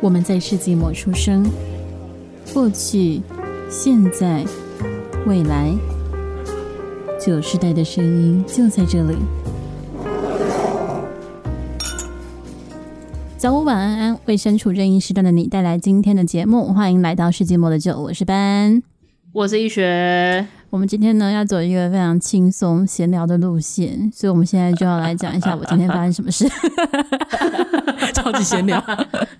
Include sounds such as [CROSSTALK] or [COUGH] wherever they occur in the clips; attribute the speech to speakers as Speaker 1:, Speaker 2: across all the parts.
Speaker 1: 我们在世纪末出生，过去、现在、未来，九世代的声音就在这里。早午晚安安，为身处任意时段的你带来今天的节目，欢迎来到世纪末的九，我是班。
Speaker 2: 我是
Speaker 1: [LAUGHS]
Speaker 2: 医学，
Speaker 1: 我们今天呢要走一个非常轻松闲聊的路线，所以我们现在就要来讲一下我今天发生什么事，超级闲聊。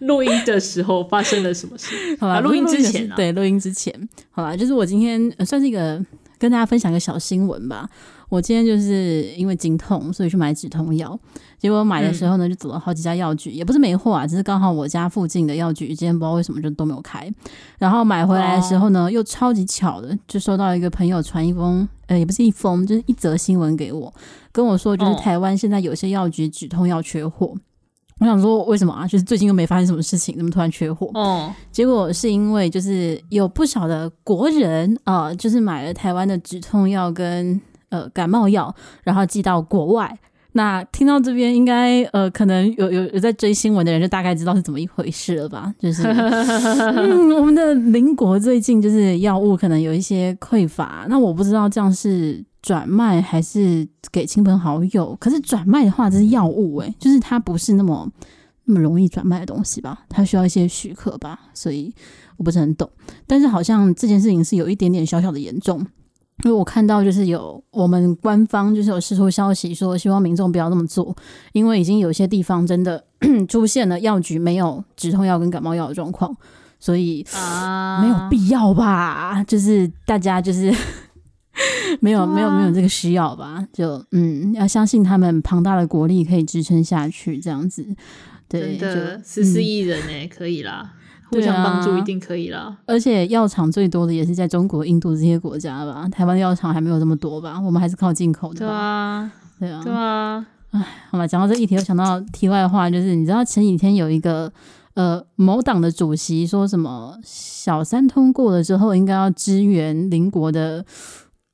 Speaker 2: 录音的时候发生了什么事？
Speaker 1: 好吧，
Speaker 2: 啊录音之
Speaker 1: 的
Speaker 2: 前
Speaker 1: 是
Speaker 2: 啊
Speaker 1: 对，录音之前，好吧，就是我今天、呃算是一个跟大家分享一个小新闻吧。我今天就是因为经痛，所以去买止痛药。结果买的时候
Speaker 2: 嗯
Speaker 1: 呢，就走了好几家药局，也不是没货啊，只是刚好我家附近的药局今天不知道为什么就都没有开。然后买回来的时候
Speaker 2: 哦
Speaker 1: 呢，又超级巧的，就收到一个朋友传一封，呃，也不是一封，就是一则新闻给我，跟我说就是
Speaker 2: 哦
Speaker 1: 台湾现在有些药局止痛药缺货。我想说为什么啊？就是最近又没发生什么事情，怎么突然缺货？
Speaker 2: 哦，
Speaker 1: 结果是因为就是有不少的国人啊、呃就是买了台湾的止痛药跟呃感冒药，然后寄到国外。那听到这边，应该呃，可能有有有在追新闻的人，就大概知道是怎么一回事了吧？就是，嗯，我们的邻国最近就是药物可能有一些匮乏，那我不知道这样是转卖还是给亲朋好友。可是转卖的话，这是药物诶、欸就是它不是那么那么容易转卖的东西吧？它需要一些许可吧，所以我不是很懂。但是好像这件事情是有一点点小小的严重，因为我看到就是有我们官方就是有释出消息说，希望民众不要那么做，因为已经有些地方真的 [CLEARS THROAT] 出现了药局没有止痛药跟感冒药的状况，所以
Speaker 2: 啊
Speaker 1: 没有必要吧？就是大家就是
Speaker 2: [LAUGHS]
Speaker 1: 没有、
Speaker 2: 对啊
Speaker 1: 没有没有这个需要吧？就嗯，要相信他们庞大的国力可以支撑下去，这样子。对，
Speaker 2: 真的
Speaker 1: 就
Speaker 2: 十四
Speaker 1: 嗯
Speaker 2: 亿人呢、可以啦，互
Speaker 1: 对啊
Speaker 2: 相帮助一定可以啦。
Speaker 1: 而且药厂最多的也是在中国、印度这些国家吧，台湾的药厂还没有这么多吧，我们还是靠进口的
Speaker 2: 对
Speaker 1: 吧。
Speaker 2: 啊，
Speaker 1: 对啊，
Speaker 2: 对啊，
Speaker 1: 好吧，讲到这议题，我想到题外话，就是你知道前几天有一个呃某党的主席说什么小三通过了之后应该要支援邻国的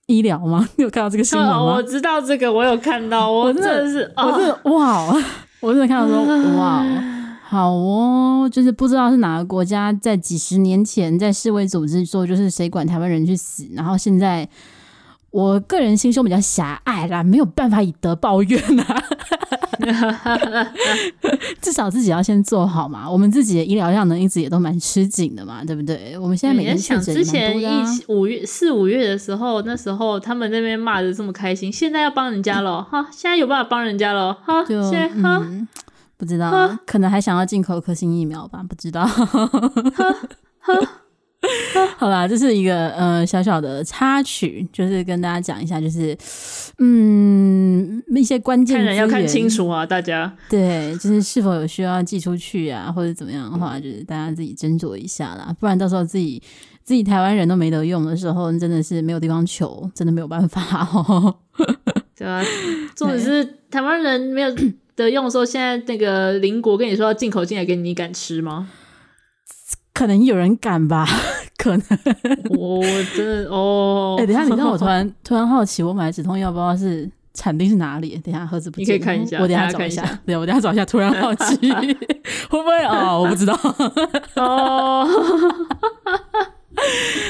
Speaker 1: 医疗吗？ [LAUGHS] 你有看到这个新闻
Speaker 2: 哦
Speaker 1: 吗
Speaker 2: 我？知道这个，我有看到，我
Speaker 1: 真
Speaker 2: 真
Speaker 1: 的
Speaker 2: 的是，
Speaker 1: 我
Speaker 2: 哦，啊
Speaker 1: 真的哇哦，我真的看到说哇哦。好哦，就是不知道是哪个国家在几十年前在世卫组织说，就是谁管台湾人去死，然后现在我个人心胸比较狭隘啦，没有办法以德报怨啦，
Speaker 2: [LAUGHS]
Speaker 1: 至少自己要先做好嘛。我们自己的医疗量能一直也都蛮吃紧的嘛，对不对？我们现在每
Speaker 2: 你在
Speaker 1: 天确
Speaker 2: 想
Speaker 1: 诊
Speaker 2: 之
Speaker 1: 也蛮
Speaker 2: 前
Speaker 1: 多的
Speaker 2: 疫
Speaker 1: 啊、
Speaker 2: 情五月四五月的时候，那时候他们那边骂的这么开心，现在要帮人家了哈，现在有办法帮人家了哈，
Speaker 1: 就
Speaker 2: 现在哈。
Speaker 1: 嗯，不知道，可能还想要进口科兴疫苗吧，不知道。 [LAUGHS] 好啦，这是一个呃小小的插曲，就是跟大家讲一下，就是嗯一些关键
Speaker 2: 看人要
Speaker 1: 资
Speaker 2: 看
Speaker 1: 源
Speaker 2: 清楚啊，大家。
Speaker 1: 对，就是是否有需要寄出去啊，或者怎么样的
Speaker 2: 嗯
Speaker 1: 话，就是大家自己斟酌一下啦，不然到时候自己自己台湾人都没得用的时候，真的是没有地方求，真的没有办法哦。 [LAUGHS]
Speaker 2: 对啊，重点是台湾人没有得用的时候，现在那个邻国跟你说要进口进来给你，你敢吃
Speaker 1: [LAUGHS]
Speaker 2: 吗？
Speaker 1: 可能有人敢吧， [LAUGHS] 可能。
Speaker 2: 我我真的哦，
Speaker 1: 哎、等一下，你让我突
Speaker 2: [LAUGHS]
Speaker 1: 然突然好奇，我买的止痛药不知道是产地是哪里？等一下盒子不见了，
Speaker 2: 你可以看一下
Speaker 1: 我等一下
Speaker 2: 大家
Speaker 1: 找
Speaker 2: 看
Speaker 1: 一
Speaker 2: 一
Speaker 1: 下
Speaker 2: 下，
Speaker 1: 对，我等一下找一下。突然好奇，
Speaker 2: [LAUGHS]
Speaker 1: 会不会哦？我不知道。 [LAUGHS]
Speaker 2: 哦， [LAUGHS]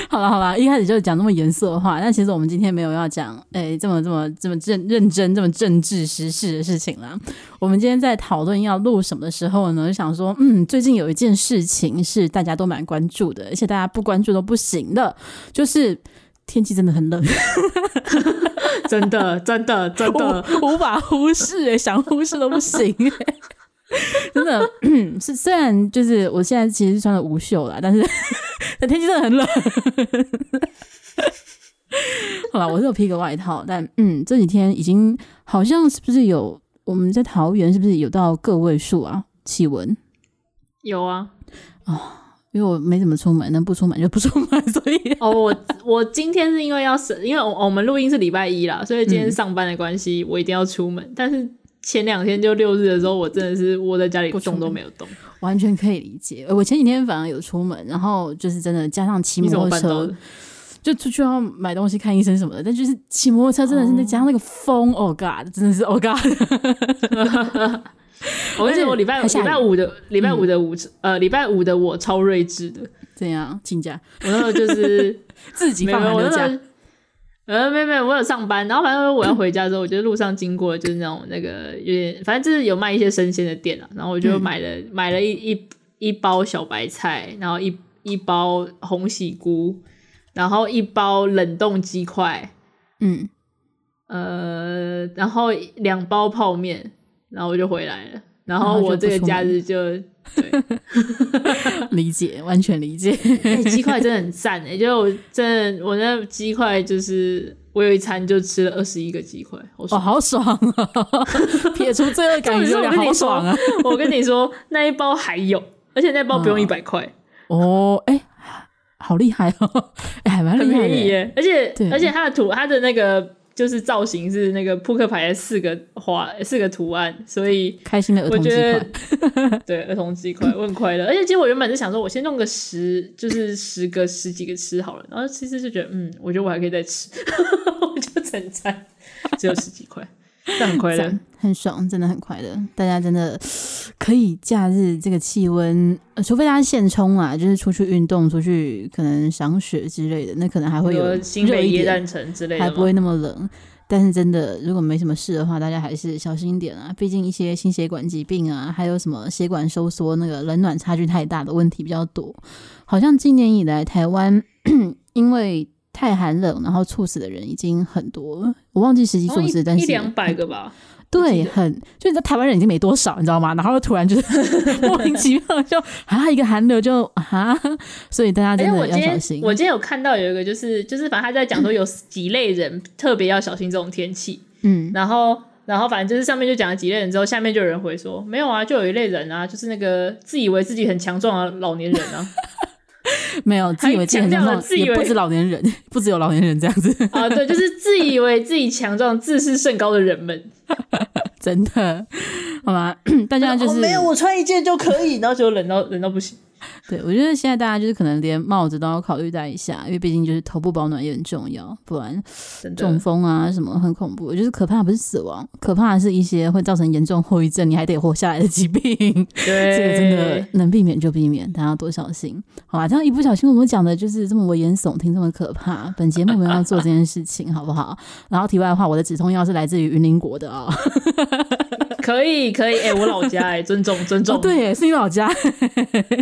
Speaker 1: 好了好了，一开始就讲那么严肃的话，但其实我们今天没有要讲诶、这么这么这么认认真这么政治时事的事情啦。我们今天在讨论要录什么的时候呢，就想说，嗯，最近有一件事情是大家都蛮关注的，而且大家不关注都不行的，就是天气真的很冷。
Speaker 2: 真的真的真的，
Speaker 1: 我无法忽视、欸，想忽视都不行、欸。真的是，虽然就是我现在其实是穿了无袖啦，但是但天气真的很冷。好了，我是有披个外套，但嗯，这几天已经好像是不是有我们在桃园是不是有到个位数啊气温？
Speaker 2: 有啊。
Speaker 1: 因为我没怎么出门，能不出门就不出门， [LAUGHS] 所以
Speaker 2: 哦，我我今天是因为要省，因为我我们录音是礼拜一啦，所以今天上班的关
Speaker 1: 嗯
Speaker 2: 系，我一定要出门。但是前两天就六日的时候，我真的是窝在家里
Speaker 1: 不出
Speaker 2: 动都
Speaker 1: 门
Speaker 2: 没有动。
Speaker 1: 完全可以理解。呃我前几天反而有出门，然后就是真的加上骑
Speaker 2: 你
Speaker 1: 摩
Speaker 2: 怎么
Speaker 1: 托
Speaker 2: 办到
Speaker 1: 车
Speaker 2: 的，？
Speaker 1: 就出去要买东西、看医生什么的。但就是骑摩托车真的是那加上那个风，Oh
Speaker 2: 哦
Speaker 1: God，真的是 Oh God。
Speaker 2: [LAUGHS] 我跟你说，我礼拜
Speaker 1: 还下雨嗯
Speaker 2: 礼拜五的礼拜五的五、呃礼拜五的我超睿智的，
Speaker 1: 怎样？请假，
Speaker 2: 我那时
Speaker 1: [LAUGHS]
Speaker 2: 候就是
Speaker 1: 自己
Speaker 2: 没有
Speaker 1: 放
Speaker 2: 没有
Speaker 1: 寒
Speaker 2: 我
Speaker 1: 流
Speaker 2: 那时
Speaker 1: 假
Speaker 2: 候。呃，没有没有，我有上班，然后反正我要回家之后，我就路上经过，就是那种那个有点，反正就是有卖一些生鲜的店啊，然后我
Speaker 1: 嗯
Speaker 2: 就买了、买了一一一包小白菜，然后一一包红喜菇，然后一包冷冻鸡块，
Speaker 1: 嗯，
Speaker 2: 呃，然后两包泡面，然后我就回来了，然
Speaker 1: 啊
Speaker 2: 后我这个假日就对，
Speaker 1: 理解，完全理
Speaker 2: [LAUGHS]
Speaker 1: 解。
Speaker 2: 哎、鸡块真的很赞哎、就我真的我那鸡块就是我有一餐就吃了二十一个鸡块，我
Speaker 1: 哦，
Speaker 2: 说、
Speaker 1: 好爽哦！ [LAUGHS] 撇除罪恶感，
Speaker 2: 重点是
Speaker 1: 有
Speaker 2: 我
Speaker 1: 点
Speaker 2: 跟你
Speaker 1: 好爽啊！
Speaker 2: 我跟你说那一包还有，而且那包不用
Speaker 1: 嗯
Speaker 2: 一百块，
Speaker 1: 哦，哎、好厉害哦，哎、还蛮
Speaker 2: 很
Speaker 1: 厉害
Speaker 2: 便宜
Speaker 1: 的。
Speaker 2: 耶、而且
Speaker 1: 对
Speaker 2: 而且它的图它的那个就是造型是那个扑克牌的四个花四个图案，所以。
Speaker 1: 开心的儿
Speaker 2: 我
Speaker 1: 童
Speaker 2: 觉
Speaker 1: 计
Speaker 2: 得
Speaker 1: 划，
Speaker 2: [LAUGHS] 对儿童鸡块，我很快乐。而且其实我原本是想说，我先弄个十，就是十个、十几个吃好了。然后其实就觉得，嗯，我觉得我还可以再吃， [LAUGHS] 我就整餐只有十几块，但很
Speaker 1: [LAUGHS]
Speaker 2: 快乐。
Speaker 1: 赞很爽，真的很快乐。大家真的可以假日这个气温、呃除非大家现充啊，就是出去运动、出去可能赏雪之类的，那可能还会
Speaker 2: 比如
Speaker 1: 有
Speaker 2: 说新
Speaker 1: 热
Speaker 2: 北
Speaker 1: 一
Speaker 2: 耶
Speaker 1: 点，
Speaker 2: 诞城之类
Speaker 1: 还
Speaker 2: 的
Speaker 1: 不
Speaker 2: 嘛。
Speaker 1: 会那么冷。但是真的，如果没什么事的话，大家还是小心一点啊。毕竟一些心血管疾病啊，还有什么血管收缩、那个冷暖差距太大的问题比较多。好像今年以来，台湾 [CLEARS THROAT] 因为太寒冷，然后猝死的人已经很多了。我忘记实际
Speaker 2: 好像
Speaker 1: 数字，
Speaker 2: 哦一
Speaker 1: 但
Speaker 2: 一
Speaker 1: 是
Speaker 2: 两百个
Speaker 1: [LAUGHS]
Speaker 2: 吧，
Speaker 1: 对，很就你知道台湾人已经没多少，你知道吗？然后突然就是 [LAUGHS] 莫名其妙就啊一个寒流就啊，所以大家
Speaker 2: 哎，
Speaker 1: 真
Speaker 2: 我
Speaker 1: 的
Speaker 2: 今
Speaker 1: 要小
Speaker 2: 天
Speaker 1: 心。
Speaker 2: 我今天有看到有一个，就是就是，反正他在讲说有几类人特别要小心这种天气。
Speaker 1: 嗯，
Speaker 2: 然后然后反正就是上面就讲了几类人之后，下面就有人回说没有啊，就有一类人啊，就是那个自以为自己很强壮的老年人啊。
Speaker 1: 没有自以为自己很
Speaker 2: 还强调
Speaker 1: 强
Speaker 2: 了
Speaker 1: 壮，
Speaker 2: 自以
Speaker 1: 也
Speaker 2: 为
Speaker 1: 不止老年人，不只有老年人这样子，
Speaker 2: [LAUGHS]
Speaker 1: [LAUGHS]
Speaker 2: 啊，对，就是自以为自己强壮、自视甚高的人们，
Speaker 1: 真的，好吗？大
Speaker 2: 哦
Speaker 1: 家就是、
Speaker 2: 我穿一件就可以，然后就冷到冷到不行。
Speaker 1: 对我觉得现在大家就是可能连帽子都要考虑戴一下，因为毕竟就是头部保暖也很重要，不然
Speaker 2: 真的
Speaker 1: 中，风啊什么很恐怖。就是可怕不是死亡，可怕的是一些会造成严重后遗症，你还得活下来的疾病。
Speaker 2: 对，
Speaker 1: 这个真的能避免就避免，大家要多小心，好吧？这样一不小心，我们讲的就是这么危言耸听，这么可怕。本节目我们要做这件事情，好不好？然后题外话，我的止痛药是来自于云林国的哦。
Speaker 2: 可以可以，哎、我老 [LAUGHS] 家哎、尊重尊重、
Speaker 1: 哦，对耶，是你老家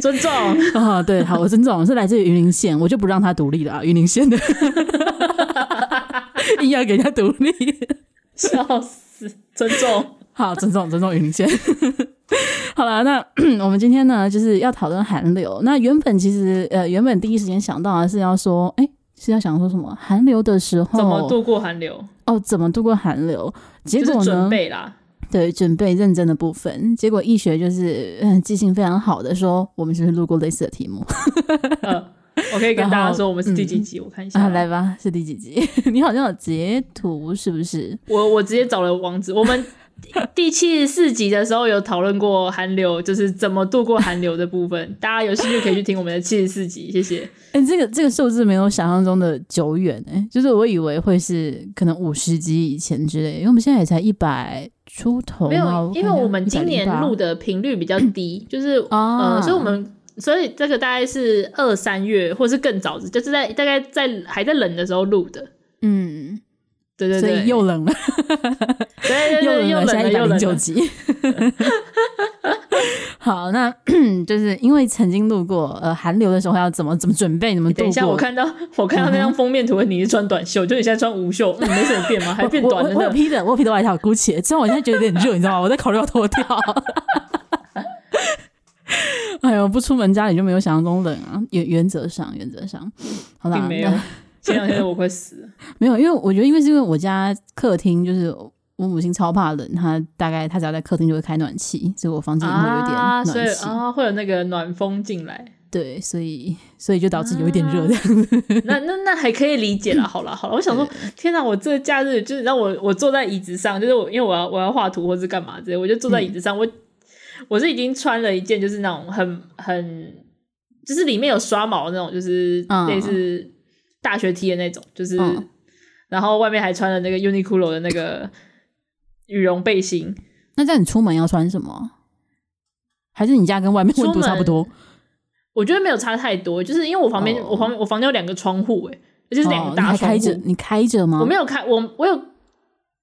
Speaker 2: 尊 [LAUGHS] 重，
Speaker 1: 哦，对，好，我尊重，是来自于云林县，我就不让它独立了啊，云林县的， [LAUGHS] 硬要给人家独立。
Speaker 2: 笑死，尊重。
Speaker 1: 好，尊重尊重云林县。 [LAUGHS] 好了，那 [CLEARS THROAT] 我们今天呢，就是要讨论寒流。那原本其实呃，原本第一时间想到的是要说，哎、是要想说什么？寒流的时候
Speaker 2: 怎么度过寒流？
Speaker 1: 哦，怎么度过寒流？结
Speaker 2: 就是
Speaker 1: 果
Speaker 2: 准
Speaker 1: 呢？
Speaker 2: 备啦，
Speaker 1: 对，准备认真的部分，结果易学就是嗯，记性非常好的说，我们是不是录过类似的题目？
Speaker 2: 呃，我可以跟
Speaker 1: 然后
Speaker 2: 大家说我们是第几
Speaker 1: 嗯
Speaker 2: 集，我看一下
Speaker 1: 啊， [LAUGHS] 来吧，是第几集？ [LAUGHS] 你好像有截图是不是？
Speaker 2: 我我直接找了网址。我们第七十四集的时候有讨论过寒流，就是怎么度过寒流的部分。大家有兴趣可以去听我们的七十四集，谢谢。
Speaker 1: 哎、这个这个数字没有想象中的久远哎、就是我以为会是可能五十集以前之类，因为我们现在也才一百出头嘛，
Speaker 2: 没有，因为我们今年录
Speaker 1: 的
Speaker 2: 的频率比较低，就是、
Speaker 1: 啊、
Speaker 2: 呃，所以我们所以这个大概是二三月，或是更早，就是在大概在还在冷的时候录的。
Speaker 1: 嗯，
Speaker 2: 对对
Speaker 1: 所
Speaker 2: 对，
Speaker 1: 以又冷了，
Speaker 2: 对对
Speaker 1: 又
Speaker 2: 对
Speaker 1: 冷
Speaker 2: 又
Speaker 1: 了，现在
Speaker 2: 冷
Speaker 1: 一百
Speaker 2: 又
Speaker 1: 零
Speaker 2: 冷
Speaker 1: 九
Speaker 2: 了。
Speaker 1: 集。 [LAUGHS] 好，那 [CLEARS THROAT] 就是因为曾经录过呃寒流的时候要怎么怎么准备，怎么度
Speaker 2: 等一下，
Speaker 1: 过嗯
Speaker 2: 我看到我看到那张封面图，你是穿短袖，就你现在穿无袖，嗯，没什么变吗？还变
Speaker 1: 我
Speaker 2: 短了
Speaker 1: 我我有
Speaker 2: 呢。
Speaker 1: 披的，我有披的外套，姑且。虽然我现在觉得有点热，你知道吗？我在考虑要脱掉。哎呦，不出门家里就没有想象中冷啊。原原则上，原则上，好啦
Speaker 2: 并，没有
Speaker 1: 那。
Speaker 2: 前两天我快死了。
Speaker 1: 没有，因为我觉得，因为是因为我家客厅就是我母亲超怕冷，她大概她只要在客厅就会开暖气，所以我房间会有一点
Speaker 2: 啊，
Speaker 1: 暖
Speaker 2: 所以
Speaker 1: 气。
Speaker 2: 啊、会有那个暖风进来，
Speaker 1: 对，所以所以就导致有一点热这样。
Speaker 2: 啊那那那还可以理解了。好了好了，我想说，天哪，我这个假日就是让我我坐在椅子上，就是我因为我要我要画图或是干嘛之类，我就坐在椅
Speaker 1: 嗯
Speaker 2: 子上，我我是已经穿了一件就是那种很很就是里面有刷毛的那种，就是
Speaker 1: 嗯
Speaker 2: 类似。大学 T 的那种，就是、
Speaker 1: 嗯
Speaker 2: 然后外面还穿了那个 Uniqlo 的那个羽绒背心，
Speaker 1: [LAUGHS] 那这样你出门要穿什么？还是你家跟外面温度差不多？
Speaker 2: 我觉得没有差太多，就是因为我旁边、
Speaker 1: 哦
Speaker 2: 我旁边我房间有两个窗户、欸，哎，就是两
Speaker 1: 哦
Speaker 2: 个
Speaker 1: 你
Speaker 2: 大
Speaker 1: 还
Speaker 2: 窗
Speaker 1: 开
Speaker 2: 户，
Speaker 1: 着，你开着吗？
Speaker 2: 我没有开，我我有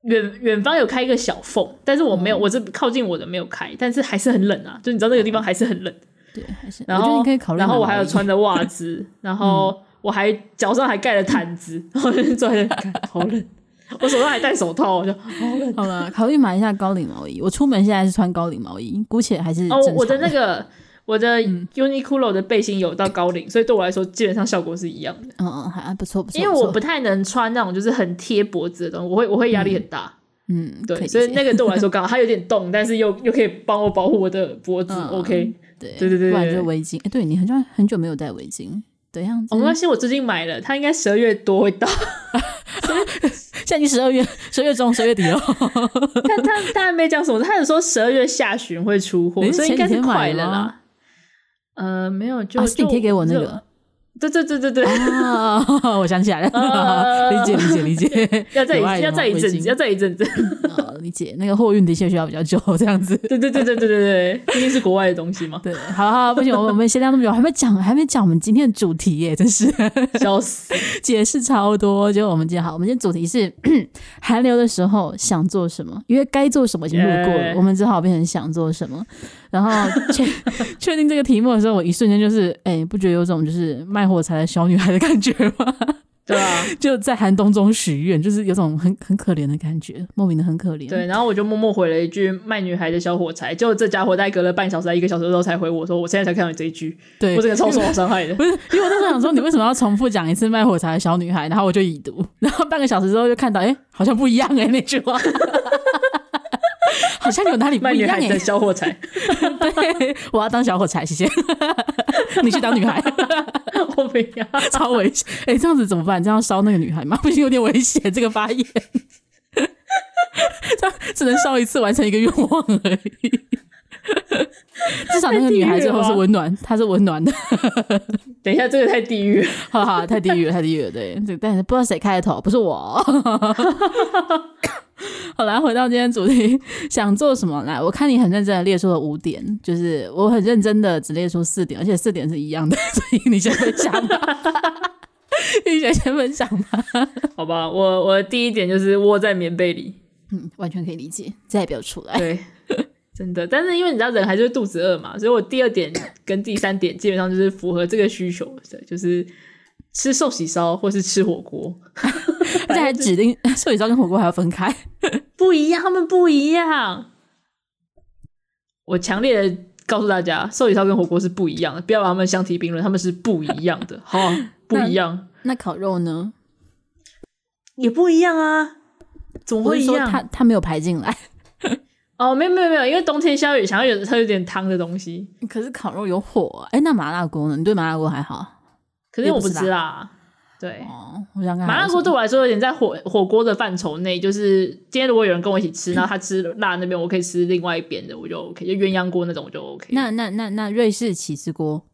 Speaker 2: 远远方有开一个小缝，但是我没有，
Speaker 1: 哦
Speaker 2: 我是靠近我的没有开，但是还是很冷啊，就你知道那个地方还是很冷。
Speaker 1: 对，还是
Speaker 2: 然
Speaker 1: 哦我觉得
Speaker 2: 后
Speaker 1: 你可以考虑。
Speaker 2: 然后我还有，穿着袜子，然
Speaker 1: 嗯
Speaker 2: 后我还脚上还盖了毯子，然后就坐在那里看好冷。我手上还戴手套，我就好
Speaker 1: [LAUGHS]
Speaker 2: 冷。
Speaker 1: 好了，考虑买一下高领毛衣。我出门现在是穿高领毛衣，姑且还是
Speaker 2: 哦
Speaker 1: 正，
Speaker 2: 我的
Speaker 1: 常
Speaker 2: 那个我的
Speaker 1: 嗯
Speaker 2: Uniqlo 的背心有到高领，所以对我来说基本上效果是一样的。
Speaker 1: 嗯嗯还还不错不错，
Speaker 2: 因为
Speaker 1: 错
Speaker 2: 我不太能穿那种就是很贴脖子的东西，我会我会压力很大。
Speaker 1: 嗯可
Speaker 2: 对，
Speaker 1: 理
Speaker 2: 所以
Speaker 1: 解
Speaker 2: 那个对我
Speaker 1: [LAUGHS]
Speaker 2: 来说刚好，它有点动，但是又又可以帮我保护我的脖子。
Speaker 1: 嗯
Speaker 2: OK，
Speaker 1: 对
Speaker 2: 对对对
Speaker 1: 不然
Speaker 2: 对
Speaker 1: 就
Speaker 2: 对
Speaker 1: 围巾。哎、对你很久很久没有戴围巾的样子，
Speaker 2: 哦没关系，我最近买了，它应该十二月多会到。
Speaker 1: 现在已经十二月十二月中十二月底了，嗯
Speaker 2: [LAUGHS] 但他他还没讲什么，他有说十二月下旬会出货
Speaker 1: 你，是
Speaker 2: 所以应该
Speaker 1: 前
Speaker 2: 是快
Speaker 1: 几天买的
Speaker 2: 了啦
Speaker 1: 吗。
Speaker 2: 呃，没有，就、
Speaker 1: 啊，
Speaker 2: 就是
Speaker 1: 你贴给我那个
Speaker 2: 热。对对对对对，
Speaker 1: 啊， [LAUGHS] 我想起来了，
Speaker 2: 呃
Speaker 1: [LAUGHS] 理解理解理解，
Speaker 2: 要再
Speaker 1: 有爱
Speaker 2: 一要
Speaker 1: 吗
Speaker 2: 再一
Speaker 1: 围
Speaker 2: 阵
Speaker 1: 巾
Speaker 2: 子，要再一阵子。
Speaker 1: 哦，理解那个货运的确需要比较久，这样子。 [LAUGHS]，
Speaker 2: 对对对对对对对，毕竟是国外的东西嘛
Speaker 1: 对，好好，不行，我们我们闲聊那么久，还没讲，还没讲我们今天的主题耶，真是
Speaker 2: 笑死。
Speaker 1: 解释超多。就我们今天好，我们今天主题是 [COUGHS] 寒流的时候想做什么，因为该做什么已经路过了
Speaker 2: Yeah
Speaker 1: 我们只好变成想做什么。然后 [LAUGHS] 确确定这个题目的时候，我一瞬间就是，哎、不觉得有种就是卖火柴的小女孩的感觉吗？ [LAUGHS]
Speaker 2: 对啊，
Speaker 1: 就在寒冬中许愿，就是有种很很可怜的感觉，莫名的很可怜。
Speaker 2: 对，然后我就默默回了一句卖女孩的小火柴，结果这家伙大概隔了半小时、还一个小时之后才回我说，我现在才看到你这一句，
Speaker 1: 对，
Speaker 2: 我整个超受到伤害的。
Speaker 1: 不是，因为我那时候想说，你为什么要重复讲一次卖火柴的小女孩？然后我就已读，然后半个小时之后就看到，哎、好像不一样哎、那句话， [LAUGHS] 好像有哪里不
Speaker 2: 卖
Speaker 1: 一
Speaker 2: 女
Speaker 1: 样
Speaker 2: 孩
Speaker 1: 哎、
Speaker 2: 的小火
Speaker 1: [LAUGHS]
Speaker 2: 柴，
Speaker 1: 对， [LAUGHS] 我要当小火柴，谢谢。你去当女孩， [LAUGHS]
Speaker 2: 我没有。
Speaker 1: 超危险。哎、这样子怎么办？这样烧那个女孩吗？ [LAUGHS] 不行，有点危险，这个发言。 [LAUGHS] 这样只能烧一次，完成一个愿望而已。 [LAUGHS] 至少那个女孩最后是温暖，她是温暖的。
Speaker 2: 等一下，这个太地狱了。
Speaker 1: 哈哈，太地狱了，太地狱了，对，这 [LAUGHS] 但是不知道谁开的头，不是我。 [LAUGHS] 好来回到今天主题，想做什么？来，我看你很认真的列出了五点，就是我很认真的只列出四点，而且四点是一样的， [LAUGHS] 所以你先分享吧。 [LAUGHS] 你先先分享吧，
Speaker 2: 好吧，我我的第一点就是窝在棉被里，
Speaker 1: 嗯，完全可以理解，再也不要出来。
Speaker 2: 对，真的。但是因为你知道人还是会肚子饿嘛，所以我第二点跟第三点基本上就是符合这个需求的，就是吃寿喜烧或是吃火锅
Speaker 1: [LAUGHS] 而且还指定寿喜烧跟火锅还要分开，
Speaker 2: 不一样，他们不一样。我强烈的告诉大家，寿喜烧跟火锅是不一样的，不要把它们相提并论，他们是不一样 [LAUGHS] 的，好、不一样，
Speaker 1: 那烤肉呢？
Speaker 2: 也不一样啊，怎么
Speaker 1: 我
Speaker 2: 会
Speaker 1: 是
Speaker 2: 一
Speaker 1: 说
Speaker 2: 样？
Speaker 1: 它它没有排进来，
Speaker 2: 哦，没有没有没有，因为冬天下雨，想要有它有点汤的东西，
Speaker 1: 可是烤肉有火、啊，哎、那麻辣锅呢？你对麻辣锅还好？
Speaker 2: 可是我
Speaker 1: 也不是
Speaker 2: 吃啦。对，
Speaker 1: 哦，我想看
Speaker 2: 麻
Speaker 1: 还
Speaker 2: 辣
Speaker 1: 有什
Speaker 2: 锅
Speaker 1: 么
Speaker 2: 对我来说有点在火火锅的范畴内，就是今天如果有人跟我一起 [LAUGHS] 吃，然后他吃辣那边，我可以吃另外一边的，我就 OK，就鸳鸯锅那种我就 OK。
Speaker 1: 那那那那瑞士起司锅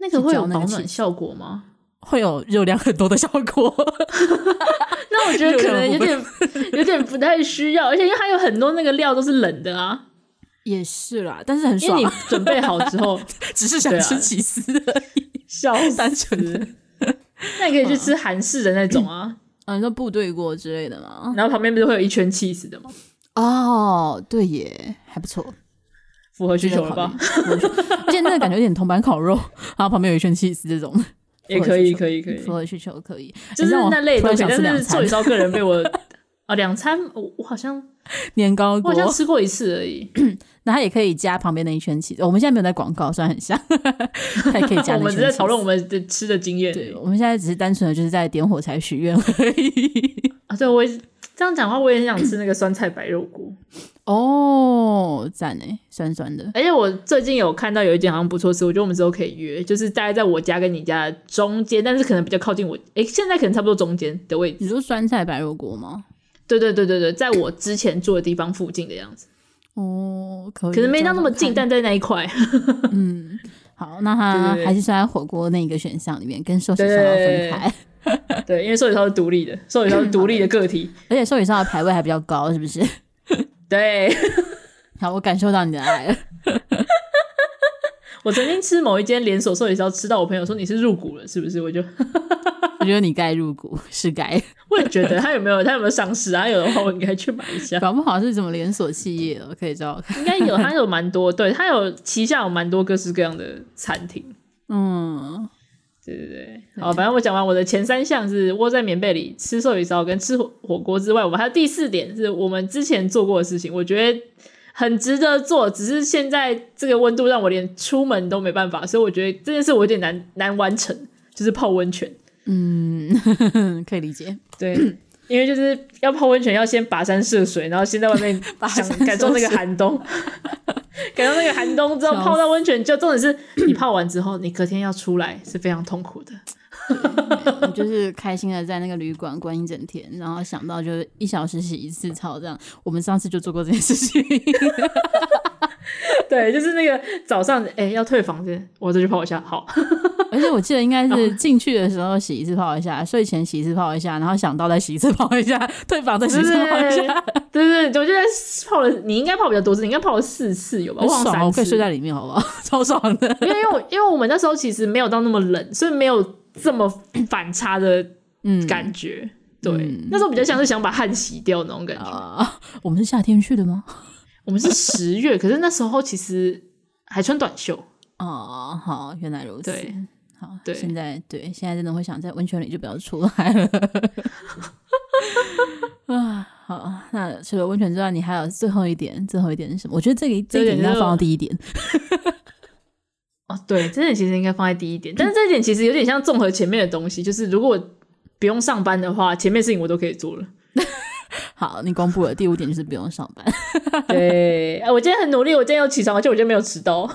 Speaker 2: 那个会
Speaker 1: 是
Speaker 2: 有
Speaker 1: 嚼那
Speaker 2: 保
Speaker 1: 个
Speaker 2: 暖
Speaker 1: 起司
Speaker 2: 效果吗？
Speaker 1: 会有热量很多的效果， [LAUGHS]
Speaker 2: 那我觉得可能有
Speaker 1: 热
Speaker 2: 点
Speaker 1: [LAUGHS]
Speaker 2: 有点不太需要，而且因为它有很多那个料都是冷的啊，
Speaker 1: 也是啦，但是很
Speaker 2: 因为
Speaker 1: 爽啊
Speaker 2: 你，准备好之
Speaker 1: [LAUGHS]
Speaker 2: 后，
Speaker 1: 只是想
Speaker 2: 对啊
Speaker 1: 吃起司 [LAUGHS] 而已。
Speaker 2: 笑
Speaker 1: 单
Speaker 2: 死
Speaker 1: 纯的。
Speaker 2: 那你可以去吃韩式的那种啊，
Speaker 1: 嗯，你说部队锅之类的吗？
Speaker 2: 然后旁边不是会有一圈 cheese 的吗？
Speaker 1: 哦，对耶，还不错，
Speaker 2: 符合需
Speaker 1: 值得
Speaker 2: 求了
Speaker 1: 考虑
Speaker 2: 吧？？
Speaker 1: [LAUGHS] 而且那个感觉有点铜板烤肉，然后旁边有一圈起司这 [LAUGHS] 种，
Speaker 2: 也可以，可以，可以
Speaker 1: 符。合需求可以。
Speaker 2: 就是
Speaker 1: 让我
Speaker 2: 那类
Speaker 1: 突
Speaker 2: 的
Speaker 1: 然
Speaker 2: 东西，
Speaker 1: 想吃
Speaker 2: 但
Speaker 1: 两
Speaker 2: 是寿
Speaker 1: 餐
Speaker 2: 喜烧个人
Speaker 1: [LAUGHS]
Speaker 2: 被我啊两餐，我我好像
Speaker 1: 年糕
Speaker 2: 我
Speaker 1: 锅
Speaker 2: 好，像吃过一次而
Speaker 1: [LAUGHS]
Speaker 2: 已。
Speaker 1: 那它也可以加旁边那一圈起司。我们现在没有在广告，虽然很像，它也可以加 [LAUGHS] 那一圈起
Speaker 2: 我
Speaker 1: 司。
Speaker 2: 们只在讨论我们的吃的经验
Speaker 1: 对，我们现在只是单纯的就是在点火柴许愿而已。
Speaker 2: 啊。对，我也是这样讲的话，我也很想吃那个酸菜白肉锅。
Speaker 1: 哦，赞诶，酸酸的。
Speaker 2: 而且我最近有看到有一间好像不错吃，我觉得我们之后可以约，就是大概在我家跟你家中间，但是可能比较靠近我，诶，现在可能差不多中间的位置。
Speaker 1: 你说酸菜白肉锅吗？
Speaker 2: 对对对对对，在我之前住的地方附近的样子，
Speaker 1: 哦，可以，
Speaker 2: 可能没到那么
Speaker 1: 这
Speaker 2: 近，
Speaker 1: 样子 [LAUGHS]
Speaker 2: 但在那一块。
Speaker 1: 看嗯，好，那它
Speaker 2: 对对对
Speaker 1: 还是算在火锅那个选项里面，跟寿喜烧要分开，
Speaker 2: 对，因为寿喜烧是独立的，寿喜烧是独立的
Speaker 1: 嗯
Speaker 2: 个体。
Speaker 1: 而且寿喜烧的排位还比较高，是不是？
Speaker 2: 对 [LAUGHS]
Speaker 1: 好，我感受到你的爱了。
Speaker 2: 我曾经吃某一间连锁寿喜烧，吃到我朋友说你是入股了，是不是？我就
Speaker 1: 我觉得你该入股，是该，
Speaker 2: 我也觉得他有没有他有没有上市啊？他有的话，我应该去买一
Speaker 1: [LAUGHS]
Speaker 2: 下。
Speaker 1: 搞不好是什么连锁企业了，可以找找看。
Speaker 2: 应该有，他有蛮多，对他有旗下有蛮多各式各样的餐厅。
Speaker 1: 嗯，
Speaker 2: 对对对，好，反正我讲完我的前三项是窝在棉被里吃寿喜烧跟吃火火锅之外，我们还有第四点是我们之前做过的事情，我觉得很值得做，只是现在这个温度让我连出门都没办法，所以我觉得这件事我有点难难完成，就是泡温泉。
Speaker 1: 嗯，可以理解。 [LAUGHS]
Speaker 2: 对，因为就是要泡温泉，要先跋山涉水，然后先在外面
Speaker 1: 山
Speaker 2: 想感受那个
Speaker 1: [LAUGHS]
Speaker 2: 寒冬，感受那个寒冬之后
Speaker 1: 笑死
Speaker 2: 泡到温泉，就重点是你泡完之后，你隔天要出来是非常痛苦的。
Speaker 1: 你就是开心的在那个旅馆关一整天，然后想到就是一小时洗一次澡这样。我们上次就做过这件事情，
Speaker 2: [LAUGHS] 对，就是那个早上，哎、要退房间，我再去泡一下。好， [LAUGHS]
Speaker 1: [LAUGHS] 而且我记得应该
Speaker 2: 嗯
Speaker 1: 是进去的时候洗一次泡一下，睡前洗一次泡一下，然后想到再洗一次泡一下， [LAUGHS] 退房再洗一次泡一下，
Speaker 2: 对对对，我就在泡了，你应该泡比较多次，你应该泡了四次有吧？
Speaker 1: 很
Speaker 2: 我好像
Speaker 1: 爽哦，我可
Speaker 2: 三
Speaker 1: 以睡
Speaker 2: 次。
Speaker 1: 在里面，好 [LAUGHS] 不好？超爽的。
Speaker 2: 因为因为我因为我们那时候其实没有到那么冷，所以没有这么反差的
Speaker 1: 嗯
Speaker 2: 感觉。对，那时候比较像是想把汗洗掉那种感觉。
Speaker 1: 啊、我们是夏天去的吗？
Speaker 2: 我们是十月，可是那时候其实还穿短袖。
Speaker 1: 哦，好，原来如此。
Speaker 2: 对
Speaker 1: 好，
Speaker 2: 对
Speaker 1: 现在对，现在真的会想在温泉里就不要出来了。 [LAUGHS] 啊，好，那除了温泉之外，你还有最后一点，最后一点是什么？我觉得这个这一
Speaker 2: 这一点
Speaker 1: 点应该
Speaker 2: 就
Speaker 1: 放到第一点。
Speaker 2: 哦，对，这点其实应该放在第一点，但是这一点其实有点像综合前面的东西，就是如果我不用上班的话，前面事情我都可以做了。
Speaker 1: 好，你公布了第五点就是不用上班。
Speaker 2: [LAUGHS] 对，哎，我今天很努力，我今天有起床，而且我今天没有迟到。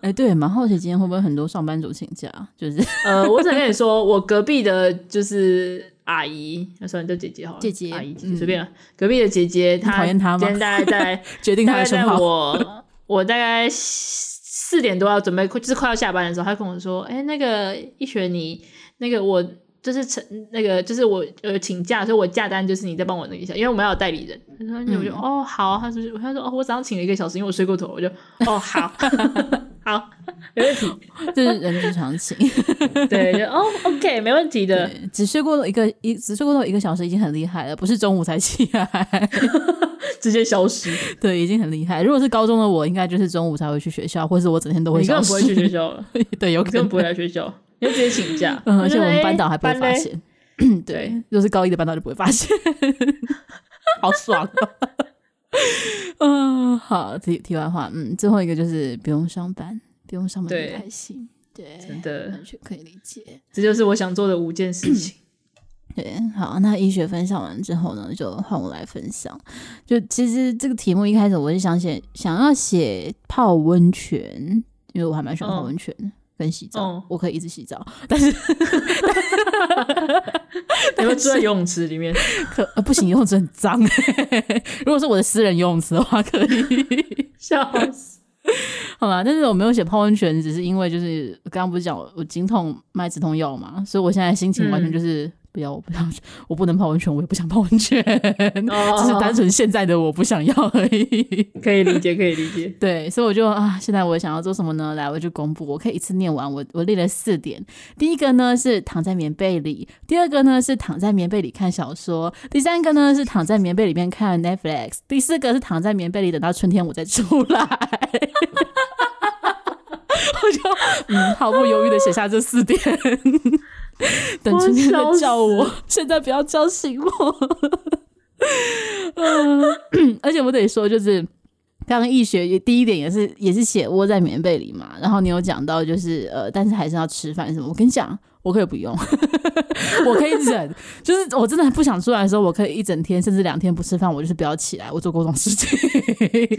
Speaker 1: 哎，对，蛮好奇今天会不会很多上班族请假？就是
Speaker 2: [LAUGHS]
Speaker 1: [LAUGHS]
Speaker 2: 呃，我只能跟你说，我隔壁的就是阿姨，那算叫姐姐好了，
Speaker 1: 姐姐
Speaker 2: 阿姨姐
Speaker 1: 嗯
Speaker 2: 姐随便了。隔壁的姐姐，她
Speaker 1: 讨厌她吗
Speaker 2: 今天大概在
Speaker 1: 决定
Speaker 2: 大
Speaker 1: 他
Speaker 2: 概
Speaker 1: 的
Speaker 2: 在
Speaker 1: 生活。
Speaker 2: 我我大概四点多要准备，就是快要下班的时候，他跟我说：“哎、那个一雪你，那个我就是成那个就是我呃请假，所以我假单就是你再帮我弄一下，因为我们要有代理人。”他说：“我
Speaker 1: 嗯
Speaker 2: 就、哦好。”他说：“他说哦，我早上请了一个小时，因为我睡过头。”我就
Speaker 1: [LAUGHS]
Speaker 2: 哦好好，没问题。
Speaker 1: 这是人之常
Speaker 2: [LAUGHS]
Speaker 1: 情。
Speaker 2: 对，就哦 OK，没问题的。
Speaker 1: 对只睡过一个一只睡过头一个小时已经很厉害了，不是中午才起来。 [LAUGHS]
Speaker 2: 直接消失，
Speaker 1: 对，已经很厉害。如果是高中的我，应该就是中午才会去学校，或是我整天都会
Speaker 2: 你根
Speaker 1: 消
Speaker 2: 本
Speaker 1: 失。
Speaker 2: 不会去学校了，
Speaker 1: 对，有可
Speaker 2: 你根
Speaker 1: 能
Speaker 2: 本不会来学校，你就直接请假。
Speaker 1: 嗯，而
Speaker 2: 就
Speaker 1: 且
Speaker 2: 是
Speaker 1: 我们
Speaker 2: 哎
Speaker 1: 班导还不会
Speaker 2: 班
Speaker 1: 发
Speaker 2: 嘞
Speaker 1: 现。 [CLEARS THROAT]
Speaker 2: 对
Speaker 1: 对，如果是高一的班导就不会发现， [LAUGHS] 好爽、哦。 [LAUGHS] 嗯，好，题题外话，嗯，最后一个就是不用上班，不用上班
Speaker 2: 对
Speaker 1: 很开心，对，
Speaker 2: 真的
Speaker 1: 完全可以理解。
Speaker 2: 这就是我想做的五件事情。
Speaker 1: 对，好，那医学分享完之后呢，就换我来分享。就其实这个题目一开始我是想写，想要写泡温泉，因为我还蛮喜欢泡
Speaker 2: 嗯
Speaker 1: 温泉的跟洗澡，
Speaker 2: 嗯
Speaker 1: 我可以一直洗澡，
Speaker 2: [LAUGHS] 你会住在游泳池里面，
Speaker 1: 可、呃、不行，游泳池很脏、 [LAUGHS] 如果是我的私人游泳池的话，可以。
Speaker 2: [LAUGHS]
Speaker 1: [LAUGHS]
Speaker 2: 笑 [LAUGHS] 死！
Speaker 1: 好吧，但是我没有写泡温泉，只是因为就是我刚刚不是讲我我经痛卖止痛药嘛，所以我现在心情完全就是、不要，我不要，我不能泡温泉，我也不想泡温泉， [LAUGHS] 只
Speaker 2: 哦
Speaker 1: 是单纯现在的我不想要而已。 [LAUGHS]
Speaker 2: 可以理解，可以理 [LAUGHS] 解。
Speaker 1: 对，所以我就啊，现在我想要做什么呢？来，我就公布，我可以一次念完。我我列了四点，第一个呢是躺在棉被里，第二个呢是躺在棉被里看小说，第三个呢是躺在棉被里面看 Netflix，第四个是躺在棉被里等到春天我再出来。我就嗯毫不犹豫的写下这四点，等春天再叫
Speaker 2: 我
Speaker 1: 我，现在不要叫醒我。 [LAUGHS] 嗯， [COUGHS] 而且我得说就是。刚刚易学也第一点也是也是写窝在棉被里嘛，然后你有讲到就是呃，但是还是要吃饭什么。我跟你讲，我可以不用， [LAUGHS] 我可以忍，就是我真的不想出来的时候，我可以一整天甚至两天不吃饭，我就是不要起来。我做过这种事情， [LAUGHS]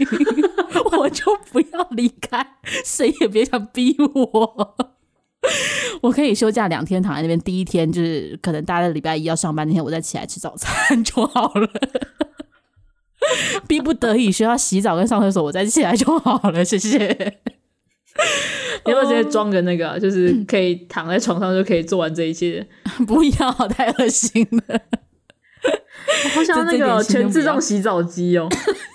Speaker 1: 我就不要离开， [LAUGHS] 谁也别想逼我。我可以休假两天，躺在那边。第一天就是可能大家礼拜一要上班那天，我再起来吃早餐就好了。 [LAUGHS] 逼不得已需要洗澡跟上厕所，我再起来就好了。谢谢。
Speaker 2: 你要不要直接装个那个 [LAUGHS] 啊，就是可以躺在床上就可以做完这一切？
Speaker 1: [LAUGHS] 不要，太恶心了。
Speaker 2: 我好想要那
Speaker 1: 这这
Speaker 2: 个
Speaker 1: 点
Speaker 2: 哦
Speaker 1: 心就
Speaker 2: 全自
Speaker 1: 不要
Speaker 2: 动洗澡机 [LAUGHS] 哦，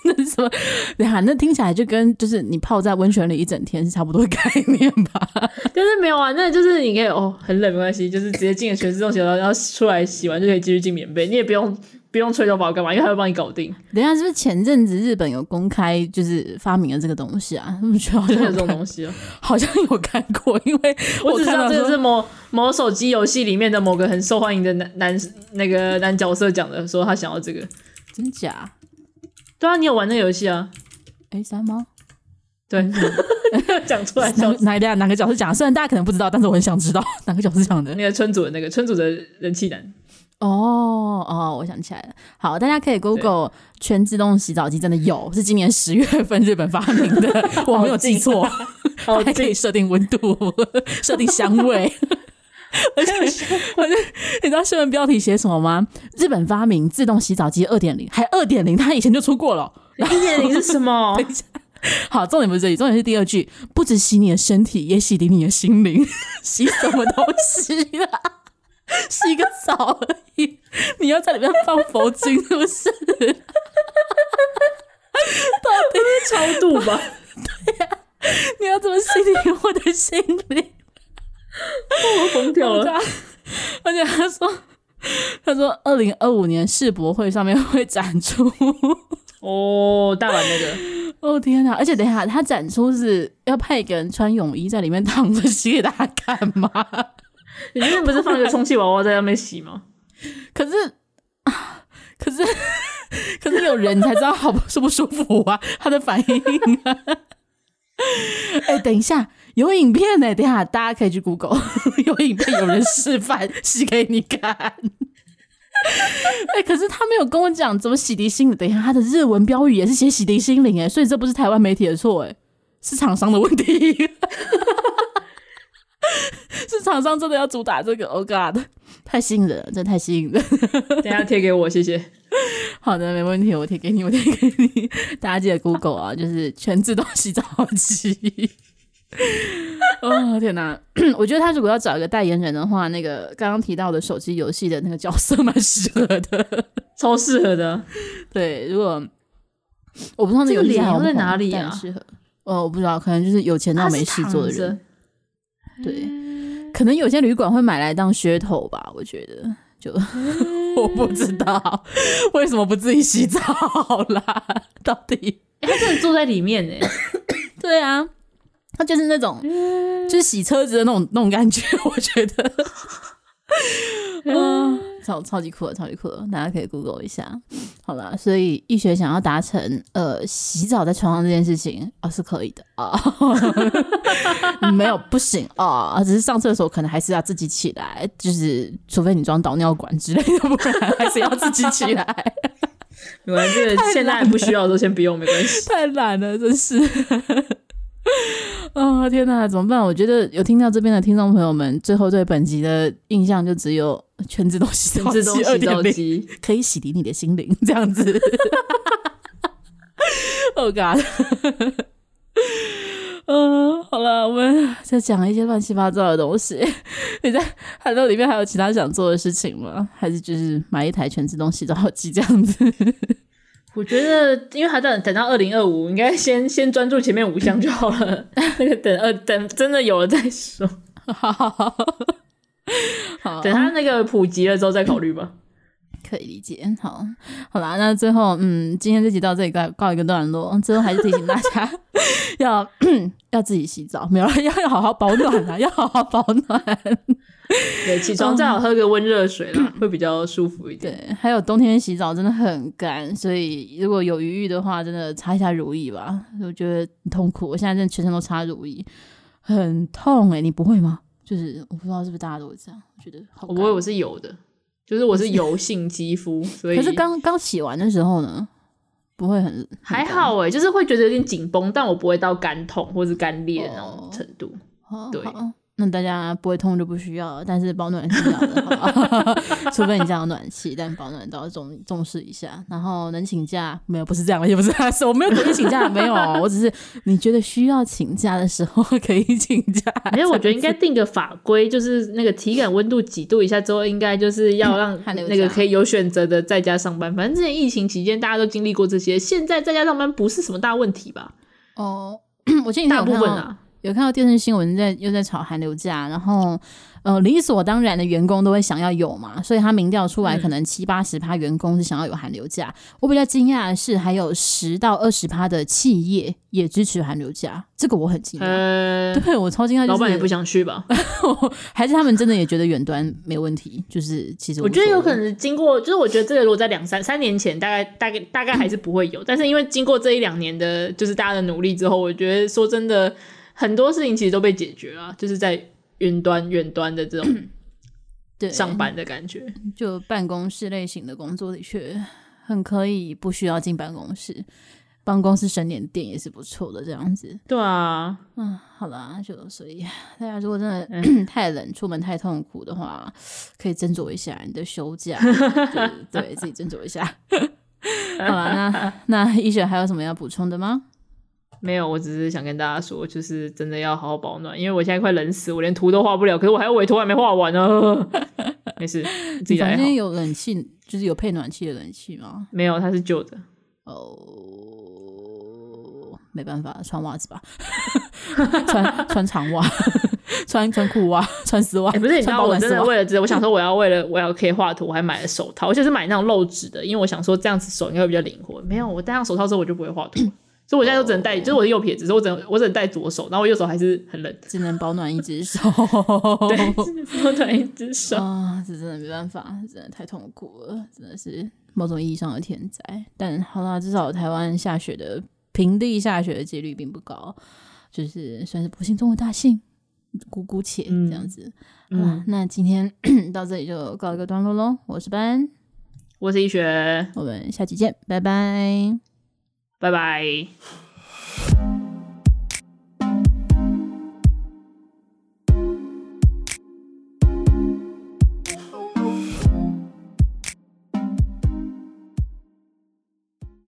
Speaker 1: 那是什么？对啊，那听起来就跟就是你泡在温泉里一整天是差不多的概念吧？
Speaker 2: 但是没有啊，那就是你可以哦，很冷没关系，就是直接进了全自动洗澡，然后出来洗完就可以继续进棉被，你也不用不用吹头发干嘛，因为它会帮你搞 [LAUGHS] 定，
Speaker 1: [LAUGHS] 等一下，是不是前阵子日本有公开就是发明了这个东西啊？ [LAUGHS] 我觉得好
Speaker 2: 真
Speaker 1: 像
Speaker 2: 的有
Speaker 1: 有
Speaker 2: 这种
Speaker 1: 看，
Speaker 2: 东西哦。
Speaker 1: 好像有看过，因为
Speaker 2: 我只知
Speaker 1: 看
Speaker 2: 道
Speaker 1: 到
Speaker 2: 这
Speaker 1: 说
Speaker 2: 个是某某手机游戏里面的某个很受欢迎的男男那个男角色讲的，说他想要这个。
Speaker 1: 真假？
Speaker 2: 对啊，你有玩那个游戏啊？
Speaker 1: 哎，三猫
Speaker 2: 对， [LAUGHS]
Speaker 1: [LAUGHS]
Speaker 2: 讲出来笑
Speaker 1: 哪
Speaker 2: 死。
Speaker 1: 哪一哪个角色讲的？虽然大家可能不知道，但是我很想知道 [LAUGHS] 哪个角色讲的。
Speaker 2: 那个村主的那个村主的人气男，
Speaker 1: 哦哦，我想起来了。好，大家可以 Google 全自动洗澡机，真的有，是今年十月份日本发明 [LAUGHS] 的，我没有记 [LAUGHS] 错。
Speaker 2: 好
Speaker 1: 还可以
Speaker 2: 近，
Speaker 1: 设定温度， [LAUGHS] 设定香 [LAUGHS] 味。而且，我就你知道新闻标题写什么吗？日本发明自动洗澡机二点零，还二点零，它以前就出过了。
Speaker 2: 一点零是什 [LAUGHS] 么？
Speaker 1: 好，重点不是这里，重点是第二句，不只洗你的身体，也洗涤你的心灵。 [LAUGHS] 洗什么东西啦？洗个澡而已，你要在里面放佛经是不是？
Speaker 2: 超度吧？
Speaker 1: 你要怎么洗涤我的心灵？
Speaker 2: 我疯掉了。
Speaker 1: 而且他说，他说二零二五年世博会上面会展出。
Speaker 2: 哦，大碗那个，
Speaker 1: 哦天哪！而且等一下，他展出是要派一个人穿泳衣在里面躺着洗给大家看吗？
Speaker 2: 你之前不是放一个充气娃娃在那边洗吗？
Speaker 1: 可是， [LAUGHS] 啊可是， [LAUGHS] 可是有人才知道好不舒不舒服啊， [LAUGHS] 他的反应啊。 [LAUGHS] 哎、等一下，有影片呢、等一下大家可以去 Google，有 [LAUGHS] 影片有人示范洗给你看。 [LAUGHS] 哎、可是他没有跟我讲怎么洗涤心灵。等一下，他的日文标语也是写洗涤心灵，哎，所以这不是台湾媒体的错，哎，是厂商的问题。 [LAUGHS] 是厂商真的要主打这个，Oh God，太吸引人了，真的太吸引人了。
Speaker 2: 等一下贴给我，谢谢。
Speaker 1: 好的，没问题，我贴给你，我贴给你。大家记得 Google 啊，就是全自动洗澡机。 [LAUGHS] 哦天哪！ [CLEARS THROAT] 我觉得他如果要找一个代言人的话，那个刚刚提到的手机游戏的那个角色蛮适合的。 [LAUGHS]
Speaker 2: 超适合的，
Speaker 1: 对，如果我不知道那
Speaker 2: 这个
Speaker 1: 游戏
Speaker 2: 脸
Speaker 1: 还有
Speaker 2: 要在
Speaker 1: 没有
Speaker 2: 哪里
Speaker 1: 但
Speaker 2: 啊
Speaker 1: 适合。呃，我不知道，可能就是有钱到没事做的
Speaker 2: 他是躺
Speaker 1: 人，
Speaker 2: 着，嗯
Speaker 1: 对，可能有些旅馆会买来当噱头吧。我觉得，就 [LAUGHS] 我不知道为什么不自己洗澡啦， [LAUGHS] 到底。
Speaker 2: 欸他真的坐在里面 [LAUGHS] 呢、
Speaker 1: 对啊，他就是那种就是洗车子的那种那种感觉， [LAUGHS] 我觉得，嗯，超超级酷的，超级酷的，大家可以 Google 一下。好啦，所以易学想要达成呃洗澡在床上这件事情啊、是可以的啊， [LAUGHS] 没有不行啊、只是上厕所可能还是要自己起来，就是除非你装导尿管之类的，不然还是要自己起来。
Speaker 2: 没关系，这个现在不需要的时候先不用，没关 [LAUGHS] 系。
Speaker 1: 太懒了，真是。 [LAUGHS] 啊、天哪，怎么办？我觉得有听到这边的听众朋友们，最后对本集的印象就只有全自动洗
Speaker 2: 全
Speaker 1: 澡
Speaker 2: 自动
Speaker 1: 机 [LAUGHS]
Speaker 2: 洗
Speaker 1: 二
Speaker 2: 澡
Speaker 1: 点零，
Speaker 2: 机，
Speaker 1: 可以洗涤你的心灵，这样子。oh God！嗯，好了，我们再讲一些乱七八糟的东西。 [LAUGHS] 你在海豆里面还有其他想做的事情吗？还是就是买一台全自动洗澡机这样子？ [LAUGHS]
Speaker 2: 我觉得，因为还等等到二零二五，应该先先专注前面五项就好了。那个等二等真的有了再说，
Speaker 1: 好，啊好
Speaker 2: 等它那个普及了之后再考虑吧。
Speaker 1: 可以理解，好，好啦，那最后，嗯，今天这集到这里告告一个段落。最后还是提醒大家 [LAUGHS] 要 [COUGHS] 要自己洗澡，没有啦 [LAUGHS] 要要好好保暖 [LAUGHS] 啊，要好好保暖。
Speaker 2: 对，起床最好喝个温热水啦，会比较舒服一点。
Speaker 1: 嗯对，还有冬天洗澡真的很干，所以如果有余裕的话，真的擦一下乳液吧。我觉得很痛苦，我现在真的全身都擦乳液，很痛欸诶、你不会吗？就是我不知道是不是大家都会这样，我觉得好
Speaker 2: 我
Speaker 1: 干。
Speaker 2: 不会，我是有的，就是我是油性肌肤，所以
Speaker 1: 可是刚刚洗完的时候呢，不会很
Speaker 2: 还好欸诶、就是会觉得有点紧绷，但我不会到干痛或是干裂的那种程度。
Speaker 1: 哦
Speaker 2: 对
Speaker 1: 好那大家不会痛就不需要了，但是保暖是要的，好吧 [LAUGHS] 除非你家有暖气，但保暖都要重重视一下。然后能请假没有？不是这样，也不是这样，是我没有鼓励请假，没有哦，我只是你觉得需要请假的时候可以请假。
Speaker 2: [LAUGHS] 没有，我觉得应该定个法规，就是那个体感温度几度以下之后，应该就是要 [LAUGHS] 让
Speaker 1: 汗流
Speaker 2: 那个
Speaker 1: 浃
Speaker 2: 可以有选择的在家上班。反正之前疫情期间大家都经历过这些，现在在家上班不是什么大问题吧？
Speaker 1: 哦， [COUGHS] 我建议
Speaker 2: 大部分啊，
Speaker 1: 有看到电视新闻在又在炒寒流假，然后呃理所当然的员工都会想要有嘛，所以他民调出来
Speaker 2: 嗯
Speaker 1: 可能七八十趴员工是想要有寒流假。我比较惊讶的是，还有十到二十趴的企业也支持寒流假，这个我很惊讶。
Speaker 2: 呃，
Speaker 1: 对 [LAUGHS] 我超惊讶，就是
Speaker 2: 老板也不想去吧？
Speaker 1: [LAUGHS] 还是他们真的也觉得远端没问题，就是其实
Speaker 2: 我觉得
Speaker 1: 无所
Speaker 2: 有
Speaker 1: 谓
Speaker 2: 可能经过，就是我觉得这个如果在两三三年前，大概大概大概还是不会有，但是因为经过这一两年的，就是大家的努力之后，我觉得说真的，很多事情其实都被解决了，就是在云端远端的这种
Speaker 1: 对
Speaker 2: 上班的感觉。
Speaker 1: 就办公室类型的工作的确很可以不需要进办公室，帮公司省点电也是不错的这样子。
Speaker 2: 对啊，
Speaker 1: 嗯，好啦，就所以大家如果真的、
Speaker 2: 嗯
Speaker 1: [CLEARS THROAT] 太冷，出门太痛苦的话，可以斟酌一下你的休假，
Speaker 2: [LAUGHS]
Speaker 1: 就是对自己斟酌一下。 [LAUGHS] 好啦，那那医学还有什么要补充的吗？
Speaker 2: 没有，我只是想跟大家说，就是真的要好好保暖，因为我现在快冷死，我连图都画不了，可是我还有委托还没画完呢。 [LAUGHS] 没事，自己来
Speaker 1: 房
Speaker 2: 好。
Speaker 1: 间有冷气，就是有配暖气的冷气吗？
Speaker 2: 没有，它是旧的。
Speaker 1: 哦，没办法，穿袜子吧，穿穿长袜，穿穿裤袜，穿丝袜，
Speaker 2: 哎、不是，你知
Speaker 1: 穿
Speaker 2: 道
Speaker 1: 保
Speaker 2: 我
Speaker 1: 暖
Speaker 2: 真
Speaker 1: 丝
Speaker 2: 的
Speaker 1: 袜。
Speaker 2: 为了这，我想说我要为了我要可以画图，我还买了手套，而且是买那种漏指的，因为我想说这样子手应该会比较灵活。没有，我戴上手套之后我就不会画图了，所以我现在都只能戴，
Speaker 1: 哦
Speaker 2: 就是我是右撇子，所以我只能我只能戴左手，然后我右手还是很
Speaker 1: [LAUGHS]
Speaker 2: 冷，
Speaker 1: 只能保暖一只手，
Speaker 2: [LAUGHS] 对，我戴一只手。
Speaker 1: 啊，这真的没办法，这真的太痛苦了，真的是某种意义上的天灾。但好啦，至少台湾下雪的平地下雪的几率并不高，就是算是不幸中的大幸，姑姑且
Speaker 2: 嗯
Speaker 1: 这样子。
Speaker 2: 嗯
Speaker 1: 啊，那今天 [CLEARS THROAT] 到这里就告一个段落喽。我是班，
Speaker 2: 我是医学，
Speaker 1: 我们下期见，拜拜。
Speaker 2: 拜拜。